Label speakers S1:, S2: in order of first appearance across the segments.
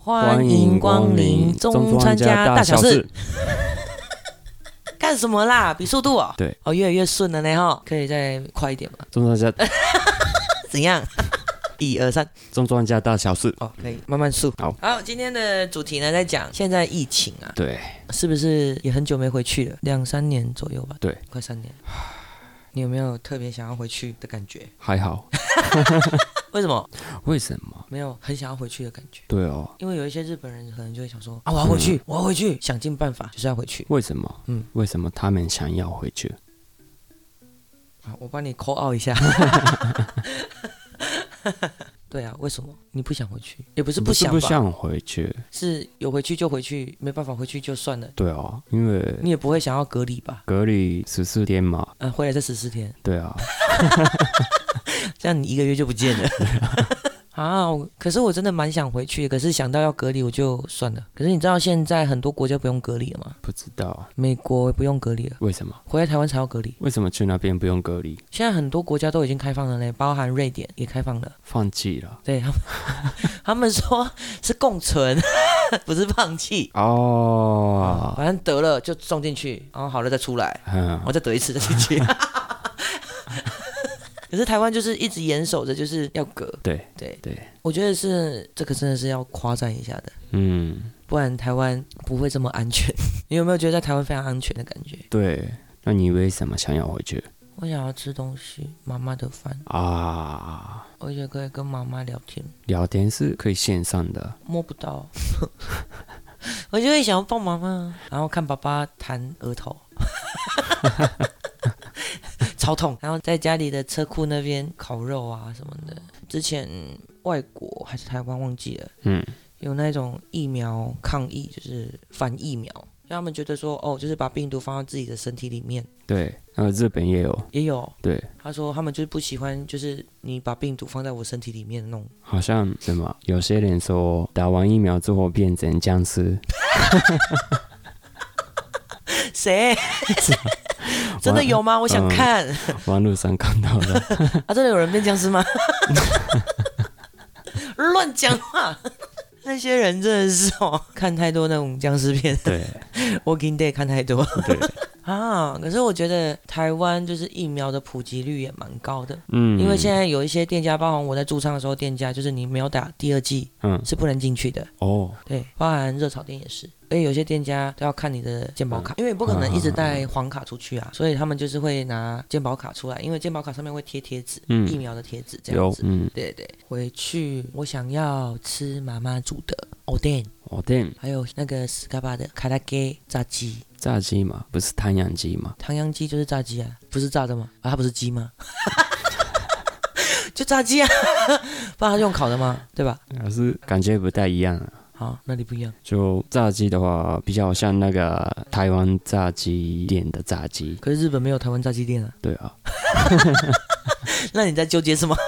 S1: 欢迎光临中川家大小事。。
S2: 干什么啦？比速度哦。
S1: 对，
S2: 哦，越来越顺了呢哈，可以再快一点吗？
S1: 中川家，
S2: 怎样？ 一二三，
S1: 中川家大小事。
S2: 哦，可以慢慢速。
S1: 好，
S2: 好，今天的主题呢，在讲现在疫情啊，
S1: 对，
S2: 是不是也很久没回去了？两三年左右吧。
S1: 对，
S2: 快三年。你有没有特别想要回去的感觉？
S1: 还好。
S2: 为什么
S1: 为什么？
S2: 没有很想要回去的感觉？
S1: 对哦，
S2: 因为有一些日本人可能就会想说啊，我要回去，我要回去，想尽办法就是要回去
S1: 为什么？
S2: 嗯
S1: 嗯，为什么他们想要回去？
S2: 啊！我帮你 call out 一下。 对啊，为什么你不想回去？也不是不
S1: 不是
S2: 想
S1: 不
S2: 吧，
S1: 想回去？
S2: 是有回去就回去，没办法回去就算了，
S1: 对哦，因为
S2: 你也不会想要隔离吧？
S1: 隔离十四天嘛。
S2: 嗯、回来这十四 天，
S1: 对啊，
S2: 这样你一个月就不 见了。啊，我可是我真的蛮想回去，可是想到要隔离我就算了。可是你知道现在很多国家不用隔离了吗？
S1: 不知道
S2: 美国不用隔离了，
S1: 为什么？
S2: 回来台湾才要隔离。
S1: 为什么去那边不用隔离？
S2: 现在很多国家都已经开放了嘞，包含瑞典也开放了。
S1: 放弃了。
S2: 对他们， 他们说是共存， 不是放弃。
S1: 哦，
S2: 反正得了就送进去，然后好了再出来，
S1: 嗯，
S2: 我再得一次再进去。 可是台湾就是一直严守着，就是要隔。
S1: 对
S2: 对
S1: 对，
S2: 我觉得是这个真的是要夸赞一下的，
S1: 嗯，
S2: 不然台湾不会这么安全。 你有没有觉得在台湾非常安全的感觉？
S1: 对。那你为什么想要回去
S2: 我想要吃东西，妈妈的饭，
S1: 啊？
S2: 而且可以跟妈妈聊天。
S1: 聊天是可以线上的，
S2: 摸不到，我就会想要抱妈妈，然后看爸爸弹额头，超痛。然后在家里的车库那边烤肉啊什么的。之前外国还是台湾忘记了，
S1: 嗯，
S2: 有那种疫苗抗议，就是反疫苗。让他们觉得说，哦，就是把病毒放到自己的身体里面，
S1: 对，那个日本也有，
S2: 也有
S1: 对，
S2: 他说他们就是不喜欢，就是你把病毒放在我身体里面弄。
S1: 好像什么，有些人说打完疫苗之后变成僵 尸，
S2: 谁？真的有吗？我想
S1: 嗯
S2: 看。
S1: 网络上看到 的，
S2: 啊，真的有人变僵尸 吗？乱讲话！那些人真的是哦，看太多那种僵尸片
S1: 对
S2: ，Walking Dead 看太 多
S1: 对，
S2: 啊。可是我觉得台湾就是疫苗的普及率也蛮高的，
S1: 嗯，
S2: 因为现在有一些店家，包含我在驻唱的时候，店家就是你没有打第二剂
S1: 嗯
S2: 是不能进去的，
S1: 哦，
S2: 对，包含热炒店也是。而且有些店家都要看你的健保卡，因为你不可能一直带黄卡出去啊，所以他们就是会拿健保卡出来，因为健保卡上面会贴贴纸，
S1: 嗯
S2: 疫苗的贴纸这样
S1: 有
S2: 子。
S1: 嗯，
S2: 对对，回去我想要吃妈妈煮的 oden，
S1: 哦对，
S2: 还有那个 s c a b a 的卡拉给炸鸡，
S1: 炸鸡嘛，不是汤养鸡嘛，
S2: 唐扬鸡就是炸鸡啊，不是炸的吗？啊，它不是鸡吗？ 就炸鸡啊， 不然它用烤的吗？对吧？
S1: 可是感觉不太一样啊。
S2: 好，那里不一样？
S1: 就炸鸡的话，比较像那个台湾炸鸡店的炸鸡，
S2: 可是日本没有台湾炸鸡店啊，
S1: 对啊，
S2: 那你在纠结什么？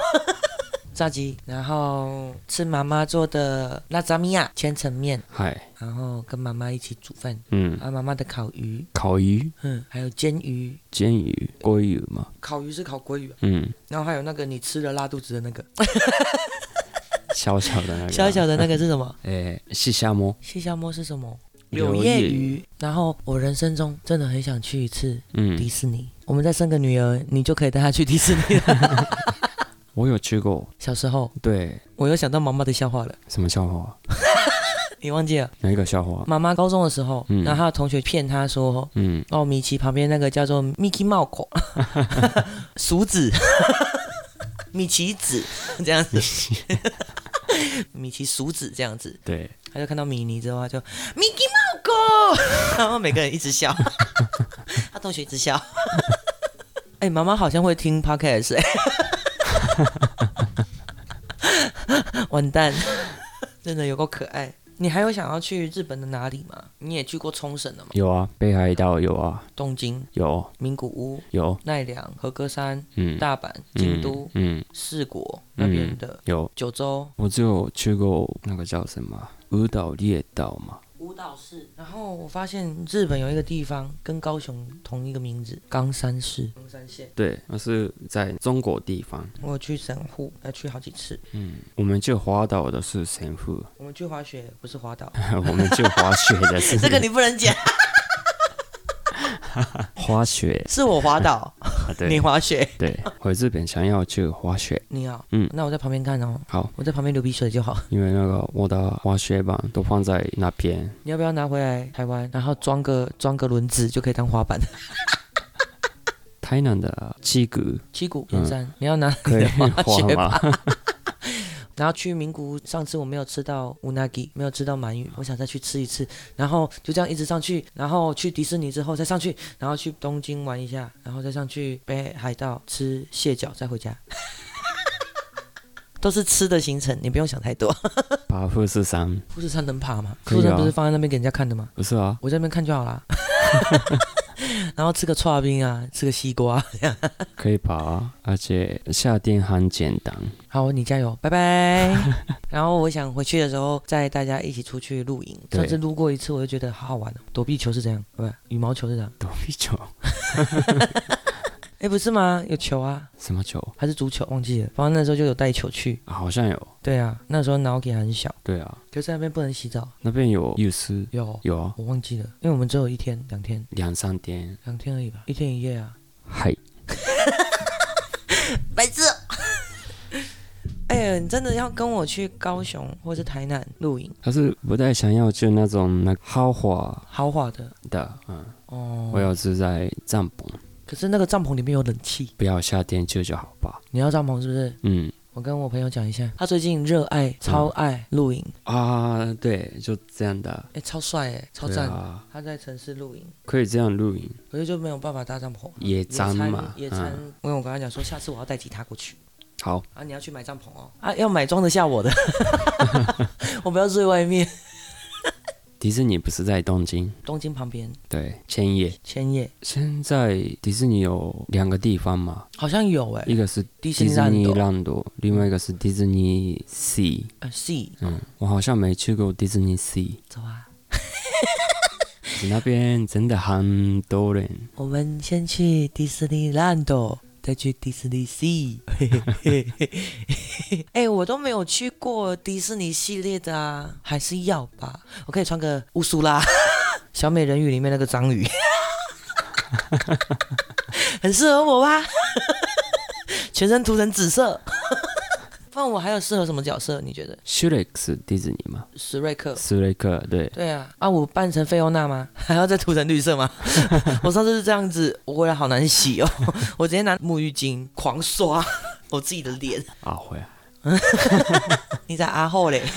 S2: 炸鸡，然后吃妈妈做的拉扎米亚千层面，
S1: 嗨，
S2: 然后跟妈妈一起煮饭，
S1: 嗯，
S2: 啊，妈妈的烤鱼，
S1: 烤鱼、
S2: 嗯，还有煎鱼，
S1: 煎鱼、鲑鱼嘛，
S2: 烤鱼是烤鲑鱼啊
S1: 嗯，
S2: 然后还有那个你吃了拉肚子的那个，
S1: 小小的那个，
S2: 哎小小的那个是什 么？
S1: 诶，细虾摸，
S2: 蟹虾摸是什么？
S1: 柳
S2: 柳叶
S1: 叶
S2: 鱼。然后我人生中真的很想去一次
S1: 嗯，
S2: 迪士尼。我们再生个女儿，你就可以带她去迪士尼 了。
S1: 我有去过，
S2: 小时候，
S1: 对，
S2: 我又想到妈妈的笑话了，
S1: 什么笑话？
S2: 你忘记了？
S1: 哪一个笑话？
S2: 妈妈高中的时候，
S1: 嗯
S2: 然后她的同学骗她说，
S1: 嗯，
S2: 哦，米奇旁边那个叫做 Mickey 猫 口，鼠子， 米奇子这样 子，米奇鼠子这样子，
S1: 对，
S2: 他就看到米妮之后，他就 Mickey Mouse，Go 然后每个人一直笑，他同学一直笑。 哎、妈妈好像会听 podcast，、欸、 完蛋，真的有够可爱。你还有想要去日本的哪里吗？你也去过冲绳了吗？
S1: 有啊，北海道有啊，
S2: 东京、
S1: 有
S2: 名古屋、
S1: 有，
S2: 奈良、和歌山、
S1: 嗯，
S2: 大阪、京都、
S1: 嗯，嗯嗯
S2: 四国那边的、
S1: 有，
S2: 九州，
S1: 我就去过那个叫什么舞蹈列岛嘛，
S2: 舞蹈室。然后我发现日本有一个地方跟高雄同一个名字，冈山市。冈山县。
S1: 对，那是在中国地方。
S2: 我去神户，呃，去好几次。
S1: 我们去滑倒的是神户，
S2: 我们去滑雪，不是滑岛。
S1: 我们去滑雪的 是
S2: 这个你不能讲，
S1: 滑雪，
S2: 是我滑倒，
S1: 啊
S2: 你
S1: 对
S2: 滑雪。
S1: 对，回日本想要去滑雪，
S2: 你好，
S1: 嗯
S2: 那我在旁边看哦，
S1: 好，
S2: 我在旁边流鼻水就好。
S1: 因为那个我的滑雪板都放在那边，
S2: 你要不要拿回来台湾，然后装个装个轮子就可以当滑板？
S1: 台南的七谷
S2: 七股
S1: 嗯
S2: 岩山， 你要拿
S1: 可以
S2: 滑雪
S1: 滑吗？
S2: 然后去名古屋，上次我没有吃到乌纳吉，没有吃到鳗鱼，我想再去吃一次。然后就这样一直上去，然后去迪士尼之后再上去，然后去东京玩一下，然后再上去北海道吃蟹脚，再回家。 都是吃的行程，你不用想太多。
S1: 爬富士山
S2: 富士山能爬吗？
S1: 可以
S2: 富
S1: 啊
S2: 士山不是放在那边给人家看的吗？
S1: 不是啊，
S2: 我在那边看就好啦。 然后吃个刨冰啊，吃个西瓜。
S1: 可以爬啊，而且夏天很简单。
S2: 好，你加油，拜 拜。然后我想回去的时候再大家一起出去露营。
S1: 对
S2: 上次露过一次，我就觉得好好玩哦。躲避球是这样，不，羽毛球是这样。
S1: 躲避球？
S2: 哎，不是吗？有球啊，
S1: 什么球？
S2: 还是足球？忘记了。反正那时候就有带球去。
S1: 啊好像有。
S2: 对啊，那时候脑给还很小，
S1: 对啊，
S2: 可是那边不能洗澡。
S1: 那边有浴室，
S2: 有，
S1: 有啊，
S2: 我忘记了，因为我们只有一天、两天、
S1: 两三天。
S2: 两天而已吧，一天一夜啊。
S1: 嗨，
S2: 白痴。哎呀，你真的要跟我去高雄或是台南露营，
S1: 但是不太想要去那种那豪华
S2: 豪华的
S1: 的，嗯，我
S2: 哦。
S1: 要住在帐篷，
S2: 可是那个帐篷里面有冷气，
S1: 不要夏天去就好吧。
S2: 你要帐篷是不是？
S1: 嗯
S2: 我跟我朋友讲一下，嗯他最近热爱、超爱露营，
S1: 啊，对，就这样的。
S2: 哎、超帅哎，超
S1: 对
S2: 赞！
S1: 啊，
S2: 他在城市露营，
S1: 可以这样露营，
S2: 可是就没有办法搭帐篷。
S1: 野餐嘛，
S2: 野餐，
S1: 嗯，
S2: 因为我跟他讲说，下次我要带吉他过去
S1: 好，
S2: 啊，你要去买帐篷哦，啊，要买装得下我的， 我不要睡外面。
S1: 迪士尼不是在东京，
S2: 东京旁边
S1: 对，千叶。
S2: 千叶
S1: 现在迪士尼有两个地方嘛，
S2: 好像有哎，
S1: 一个是
S2: 迪士尼
S1: 迪士
S2: 兰
S1: 尼
S2: 有
S1: 兰多，另外一个是迪士尼 Sea。
S2: 呃 C，
S1: 嗯，我好像没去过迪士尼 Sea，
S2: 走啊，
S1: 那边真的很多人。
S2: 我们先去迪士尼 land，再去迪士尼 C。嘿嘿嘿嘿 哎，我都没有去过迪士尼系列的啊，还是要吧。我可以穿个乌苏拉， 小美人鱼里面那个章鱼， 很适合我吧？ 全身涂成紫色。 不然我还有适合什么角色？你觉得？
S1: s h r e k 是迪士尼嘛？
S2: 史瑞克。
S1: 史瑞克对，
S2: 对啊，啊，我扮成菲欧娜吗？ 还要再涂成绿色吗？ 我上次是这样子，我回来好难洗哦， 我直接拿沐浴巾狂刷 我自己的脸。
S1: 阿辉啊，
S2: 你在阿后嘞？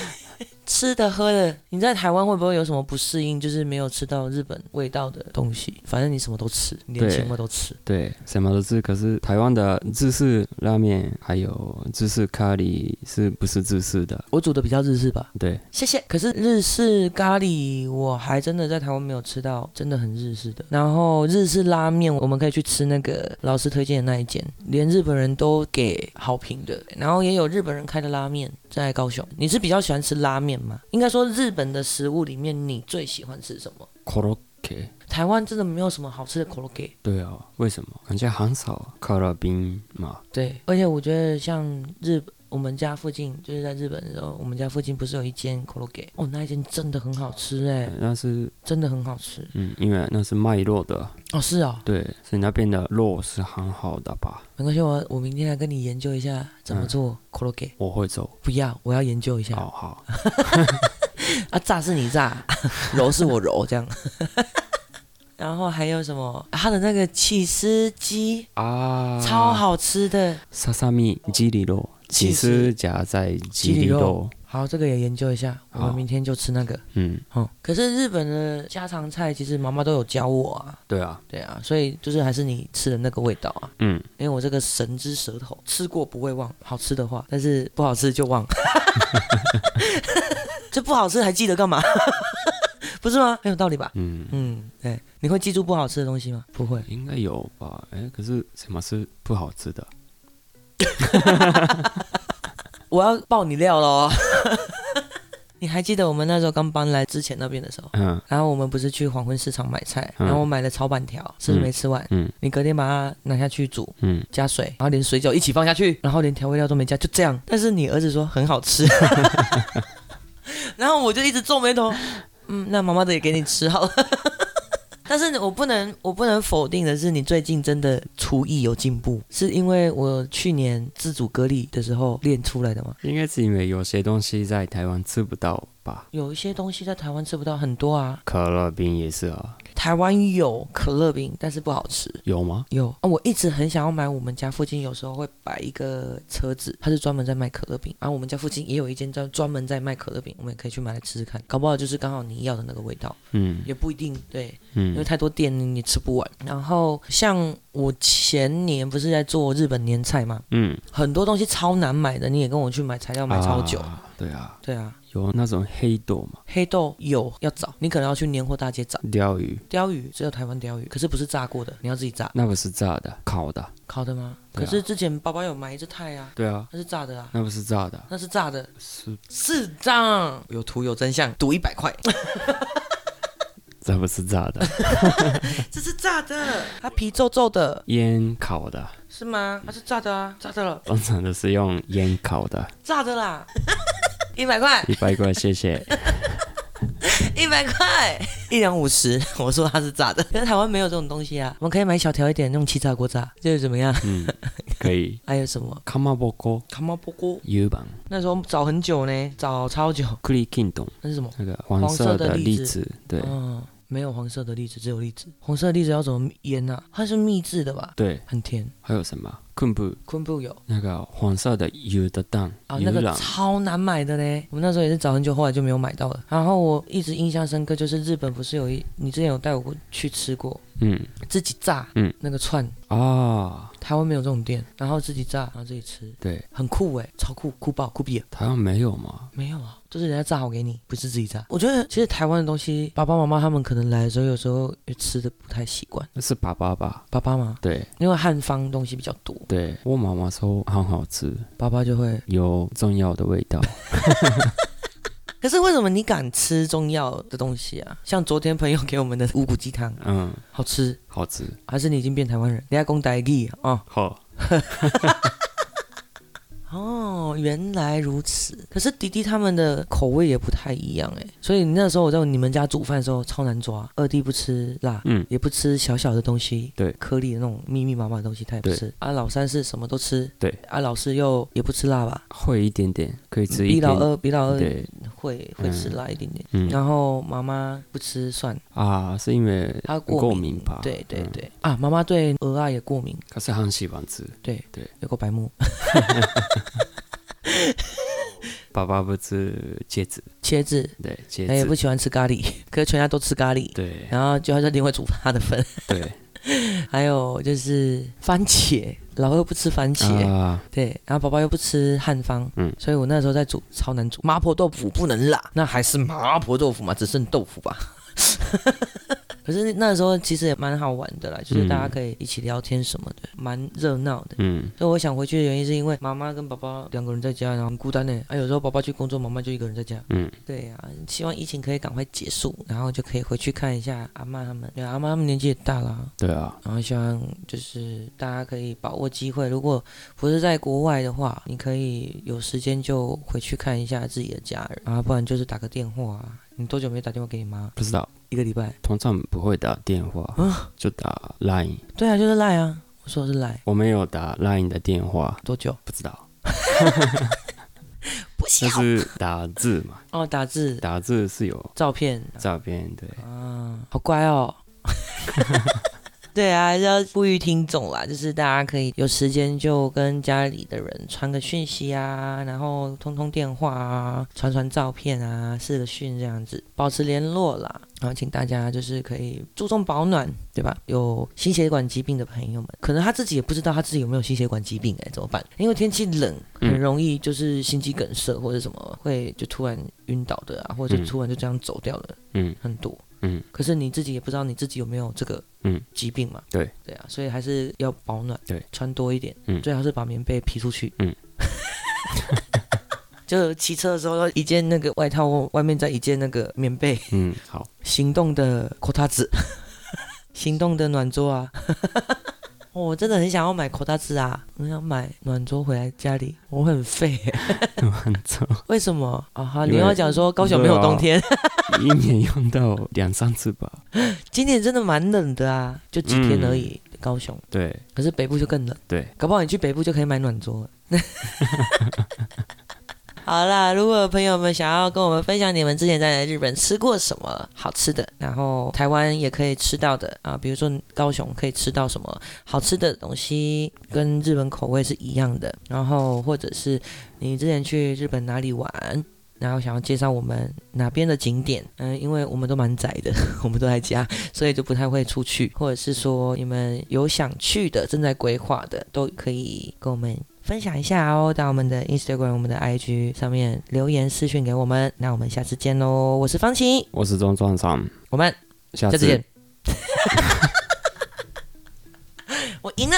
S2: 吃的喝的，你在台湾会不会有什么不适应？就是没有吃到日本味道的东西，反正你什么都吃，你连
S1: 对
S2: 什么都吃。
S1: 对，什么都是。可是台湾的日式拉面还有日式咖喱是不是日式的？
S2: 我煮的比较日式吧，
S1: 对，
S2: 谢谢。可是日式咖喱，我还真的在台湾没有吃到，真的很日式的。然后日式拉面，我们可以去吃那个老师推荐的那一间，连日本人都给好评的。然后也有日本人开的拉面在高雄。你是比较喜欢吃拉面吗？应该说日本的食物里面，你最喜欢吃什么？
S1: 可乐给。
S2: 台湾真的没有什么好吃的可乐给。
S1: 对啊，为什么？感觉很少可乐冰嘛。
S2: 对，而且我觉得像日我们家附近，就是在日本的时候，我们家附近不是有一间可乐给？哦，那一间真的很好吃哎，
S1: 那是
S2: 真的很好吃
S1: 嗯，因为那是卖肉的，
S2: 哦，是哦。
S1: 对，所以那边的肉是很好的吧？
S2: 没关系，我我明天来跟你研究一下怎么
S1: 嗯
S2: 做 k o r o g e
S1: 我会做，
S2: 不要，我要研究一下。
S1: 好好。
S2: 啊，炸是你 炸，揉是我揉，这样。 然后还有什么？他的那个起司鸡、
S1: 啊，
S2: 超！好吃的，
S1: 萨萨米鸡里肉，
S2: 起
S1: 起
S2: 司
S1: 司夹在
S2: 鸡
S1: 鸡
S2: 里
S1: 里
S2: 肉
S1: 肉，
S2: 好，这个也研究一下。我们
S1: 好
S2: 明天就吃那个。
S1: 嗯，
S2: 哦，可是日本的家常菜其实妈妈都有教我啊，
S1: 对啊，
S2: 对啊，所以就是还是你吃的那个味道啊。
S1: 嗯，
S2: 因为我这个神之舌头，吃过不会忘，好吃的话，但是不好吃就忘。 这不好吃还记得干嘛？ 不是吗？很有道理吧？
S1: 嗯，
S2: 嗯，对，你会记住不好吃的东西吗？不会。
S1: 应该有吧？哎，可是什么是不好吃的？
S2: 我要爆你料喽！哦 你还记得我们那时候刚搬来之前那边的时候，
S1: 嗯
S2: 然后我们不是去黄昏市场买菜，
S1: 嗯
S2: 然后我买了炒板条，吃
S1: 嗯
S2: 没吃完，
S1: 嗯
S2: 你隔天把它拿下去煮，
S1: 嗯，
S2: 加水，然后连水饺一起放下去，然后连调味料都没加，就这样。但是你儿子说很好吃，然后我就一直皱眉头，嗯，那妈妈的也给你吃好了。但是我不能，我不能否定的是，你最近真的厨艺有进步，是因为我去年自主隔离的时候练出来的吗？
S1: 应该是因为有些东西在台湾吃不到吧？
S2: 有一些东西在台湾吃不到很多啊，
S1: 可乐冰也是啊，
S2: 台湾有可乐饼，但是不好吃。
S1: 有吗？
S2: 有啊，我一直很想要买。我们家附近有时候会摆一个车子，它是专门在卖可乐饼。啊然、后我们家附近也有一间专专门在卖可乐饼，我们也可以去买来吃吃看，搞不好就是刚好你要的那个味道，
S1: 嗯
S2: 也不一定。对，因为
S1: 嗯
S2: 太多店你吃不完。然后像我前年不是在做日本年菜嘛，
S1: 嗯，
S2: 很多东西超难买的，你也跟我去买材料买超久。
S1: 啊对啊，
S2: 对啊，
S1: 有那种黑豆嘛，
S2: 黑豆有要找，你可能要去年货大街找。
S1: 鲷鱼
S2: 鲷鱼只有台湾鲷鱼，可是不是炸过的，你要自己炸
S1: 那不是炸的，烤的。
S2: 烤的吗？
S1: 对啊
S2: 可是之前爸爸有买一只泰啊，
S1: 对啊，
S2: 它是炸的啊。
S1: 那不是炸的，
S2: 那是炸的，
S1: 是
S2: 是账，有图有真相，赌一百块，
S1: 这不是炸的，
S2: 这是炸的，它皮皱皱的，
S1: 烟烤的，
S2: 是吗？它是炸的啊，炸的了，
S1: 通常都是用烟烤 的。
S2: 炸的 啦，一百块，
S1: 一百块，谢谢。
S2: 一百块，一两五十，我说它是炸的，可是台湾没有这种东西啊，我们可以买小条一点，用气炸锅炸，就是怎么样？
S1: 嗯，可以。
S2: 还有什么？
S1: かまぼこ、
S2: 卡玛波锅，
S1: 油棒、
S2: 那时候找很久呢，找超久，
S1: 栗きんとん，
S2: 那是什么？
S1: 那个黄色的栗子，对
S2: 嗯，没有黄色的栗子，只有栗子，红色的栗子要怎么腌啊？它是秘制的吧？
S1: 对，
S2: 很甜，
S1: 还有什么昆布，
S2: 昆布有。
S1: 那个黄色的油的蛋，
S2: 啊，
S1: 油
S2: 那个
S1: 卵，
S2: 超难买的嘞！我们那时候也是找很久，后来就没有买到了。然后我一直印象深刻，就是日本不是有一，你之前有带我过去吃过，
S1: 嗯
S2: 自己炸，
S1: 嗯，
S2: 那个串，
S1: 啊，
S2: 台湾没有这种店，然后自己炸，然后自己吃，
S1: 对，
S2: 很酷哎，超酷，酷爆，酷毙了！
S1: 台湾没有嘛？
S2: 没有啊，就是人家炸好给你，不是自己炸。我觉得其实台湾的东西，爸爸妈妈他们可能来的时候，有时候也吃的不太习惯。
S1: 那是粑粑吧？
S2: 爸爸嘛，
S1: 对
S2: 因为汉方东西比较多，
S1: 对，我妈妈说很好吃，
S2: 爸爸就会。
S1: 有中药的味道。
S2: 可是为什么你敢吃中药的东西啊？像昨天朋友给我们的五谷鸡汤，
S1: 嗯，
S2: 好吃。
S1: 好吃。
S2: 还是你已经变台湾人？你要讲台语啊、
S1: 好，
S2: 哦？原来如此。可是弟弟他们的口味也不太一样哎，所以那时候我在你们家煮饭的时候超难抓。二弟不吃辣，
S1: 嗯，
S2: 也不吃小小的东西，
S1: 对
S2: 颗粒的那种密密麻麻的东西他也不
S1: 对
S2: 吃。啊，老三是什么都吃，
S1: 对。
S2: 啊，老四又也不吃辣吧？
S1: 会一点点，可以吃一
S2: 比
S1: 点
S2: 老。二比老二
S1: 对，
S2: 会会吃辣一点点。
S1: 嗯
S2: 然后妈妈不吃蒜，
S1: 啊，是因为
S2: 她
S1: 过
S2: 敏。
S1: 敏吧？
S2: 对对
S1: 嗯
S2: 对、啊，妈妈对鹅啊也过敏，
S1: 可是很喜欢吃。
S2: 对
S1: 对，
S2: 有个白目。
S1: 爸爸不吃茄子，
S2: 茄子
S1: 对茄
S2: 他也不
S1: 子，
S2: 喜欢吃咖喱， 可是全家都吃咖喱，
S1: 对
S2: 然后就他就另外煮他的份。
S1: 对
S2: 还有就是番茄，老二不吃番茄，
S1: 啊，
S2: 对，然后宝宝又不吃汉方，
S1: 嗯
S2: 所以我那时候在煮超难煮，麻婆豆腐不能辣，那还是麻婆豆腐嘛，只剩豆腐吧。 可是那时候其实也蛮好玩的啦，就是大家可以一起聊天什么的，蛮热闹的。
S1: 嗯
S2: 所以我想回去的原因是因为妈妈跟爸爸两个人在家，然后很孤单呢。啊，有时候爸爸去工作，妈妈就一个人在家。
S1: 嗯，
S2: 对呀、希望疫情可以赶快结束，然后就可以回去看一下阿妈他们。对、啊，阿妈他们年纪也大了，
S1: 对啊，
S2: 然后希望就是大家可以把握机会，如果不是在国外的话，你可以有时间就回去看一下自己的家人啊，不然就是打个电话啊。你多久没打电话给你妈？
S1: 不知道，
S2: 一个礼拜？
S1: 通常不会打电话，
S2: 啊，
S1: 就打 Line。
S2: 对啊，就是赖啊，我说的是赖。
S1: 我没有打 Line 的电话，
S2: 多久？
S1: 不知道，
S2: 不
S1: 就。是打字嘛，
S2: 哦，打字、
S1: 打字是有
S2: 照片，
S1: 照片，对，
S2: 啊，好乖哦。对啊，还是要呼吁听众啦，就是大家可以有时间就跟家里的人传个讯息啊，然后通通电话啊，传传照片啊，视个讯这样子，保持联络啦。然后请大家就是可以注重保暖，对吧？有心血管疾病的朋友们，可能他自己也不知道他自己有没有心血管疾病、哎，怎么办？因为天气冷，
S1: 嗯
S2: 很容易就是心肌梗塞或者什么，会就突然晕倒的啊，或者就
S1: 嗯
S2: 突然就这样走掉了。
S1: 嗯
S2: 很多，
S1: 嗯，
S2: 可是你自己也不知道你自己有没有这个
S1: 嗯
S2: 疾病嘛，
S1: 对
S2: 对啊，所以还是要保暖，
S1: 对，
S2: 穿多一点，
S1: 嗯
S2: 最好是把棉被披出去，
S1: 嗯，
S2: 就骑车的时候，一件那个外套外面再一件那个棉被，
S1: 嗯， 好，
S2: 行动的 口塔子，行动的暖桌啊。 哦我真的很想要买口塔子啊，我想买暖桌回来家里，我会很废。
S1: 很糟，
S2: 为什么啊？哈，
S1: 因
S2: 你
S1: 为
S2: 又要讲说高雄没有冬天，
S1: 一年用到两三次吧。
S2: 今年真的蛮冷的啊，就几天而已。高雄，
S1: 对
S2: 可是北部就更冷，
S1: 对，
S2: 搞不好你去北部就可以买暖桌了。 好啦，如果朋友们想要跟我们分享你们之前在日本吃过什么好吃的，然后台湾也可以吃到的啊，比如说高雄可以吃到什么好吃的东西，跟日本口味是一样的，然后或者是你之前去日本哪里玩，然后想要介绍我们哪边的景点，嗯，因为我们都蛮宅的， 我们都在家，所以就不太会出去，或者是说你们有想去的、正在规划的，都可以跟我们分享一下哦，到我们的 Instagram、我们的 IG 上面留言私讯给我们。那我们下次见喽，我是方晴，
S1: 我是庄庄上，
S2: 我们
S1: 下
S2: 下次
S1: 次
S2: 见。我赢了。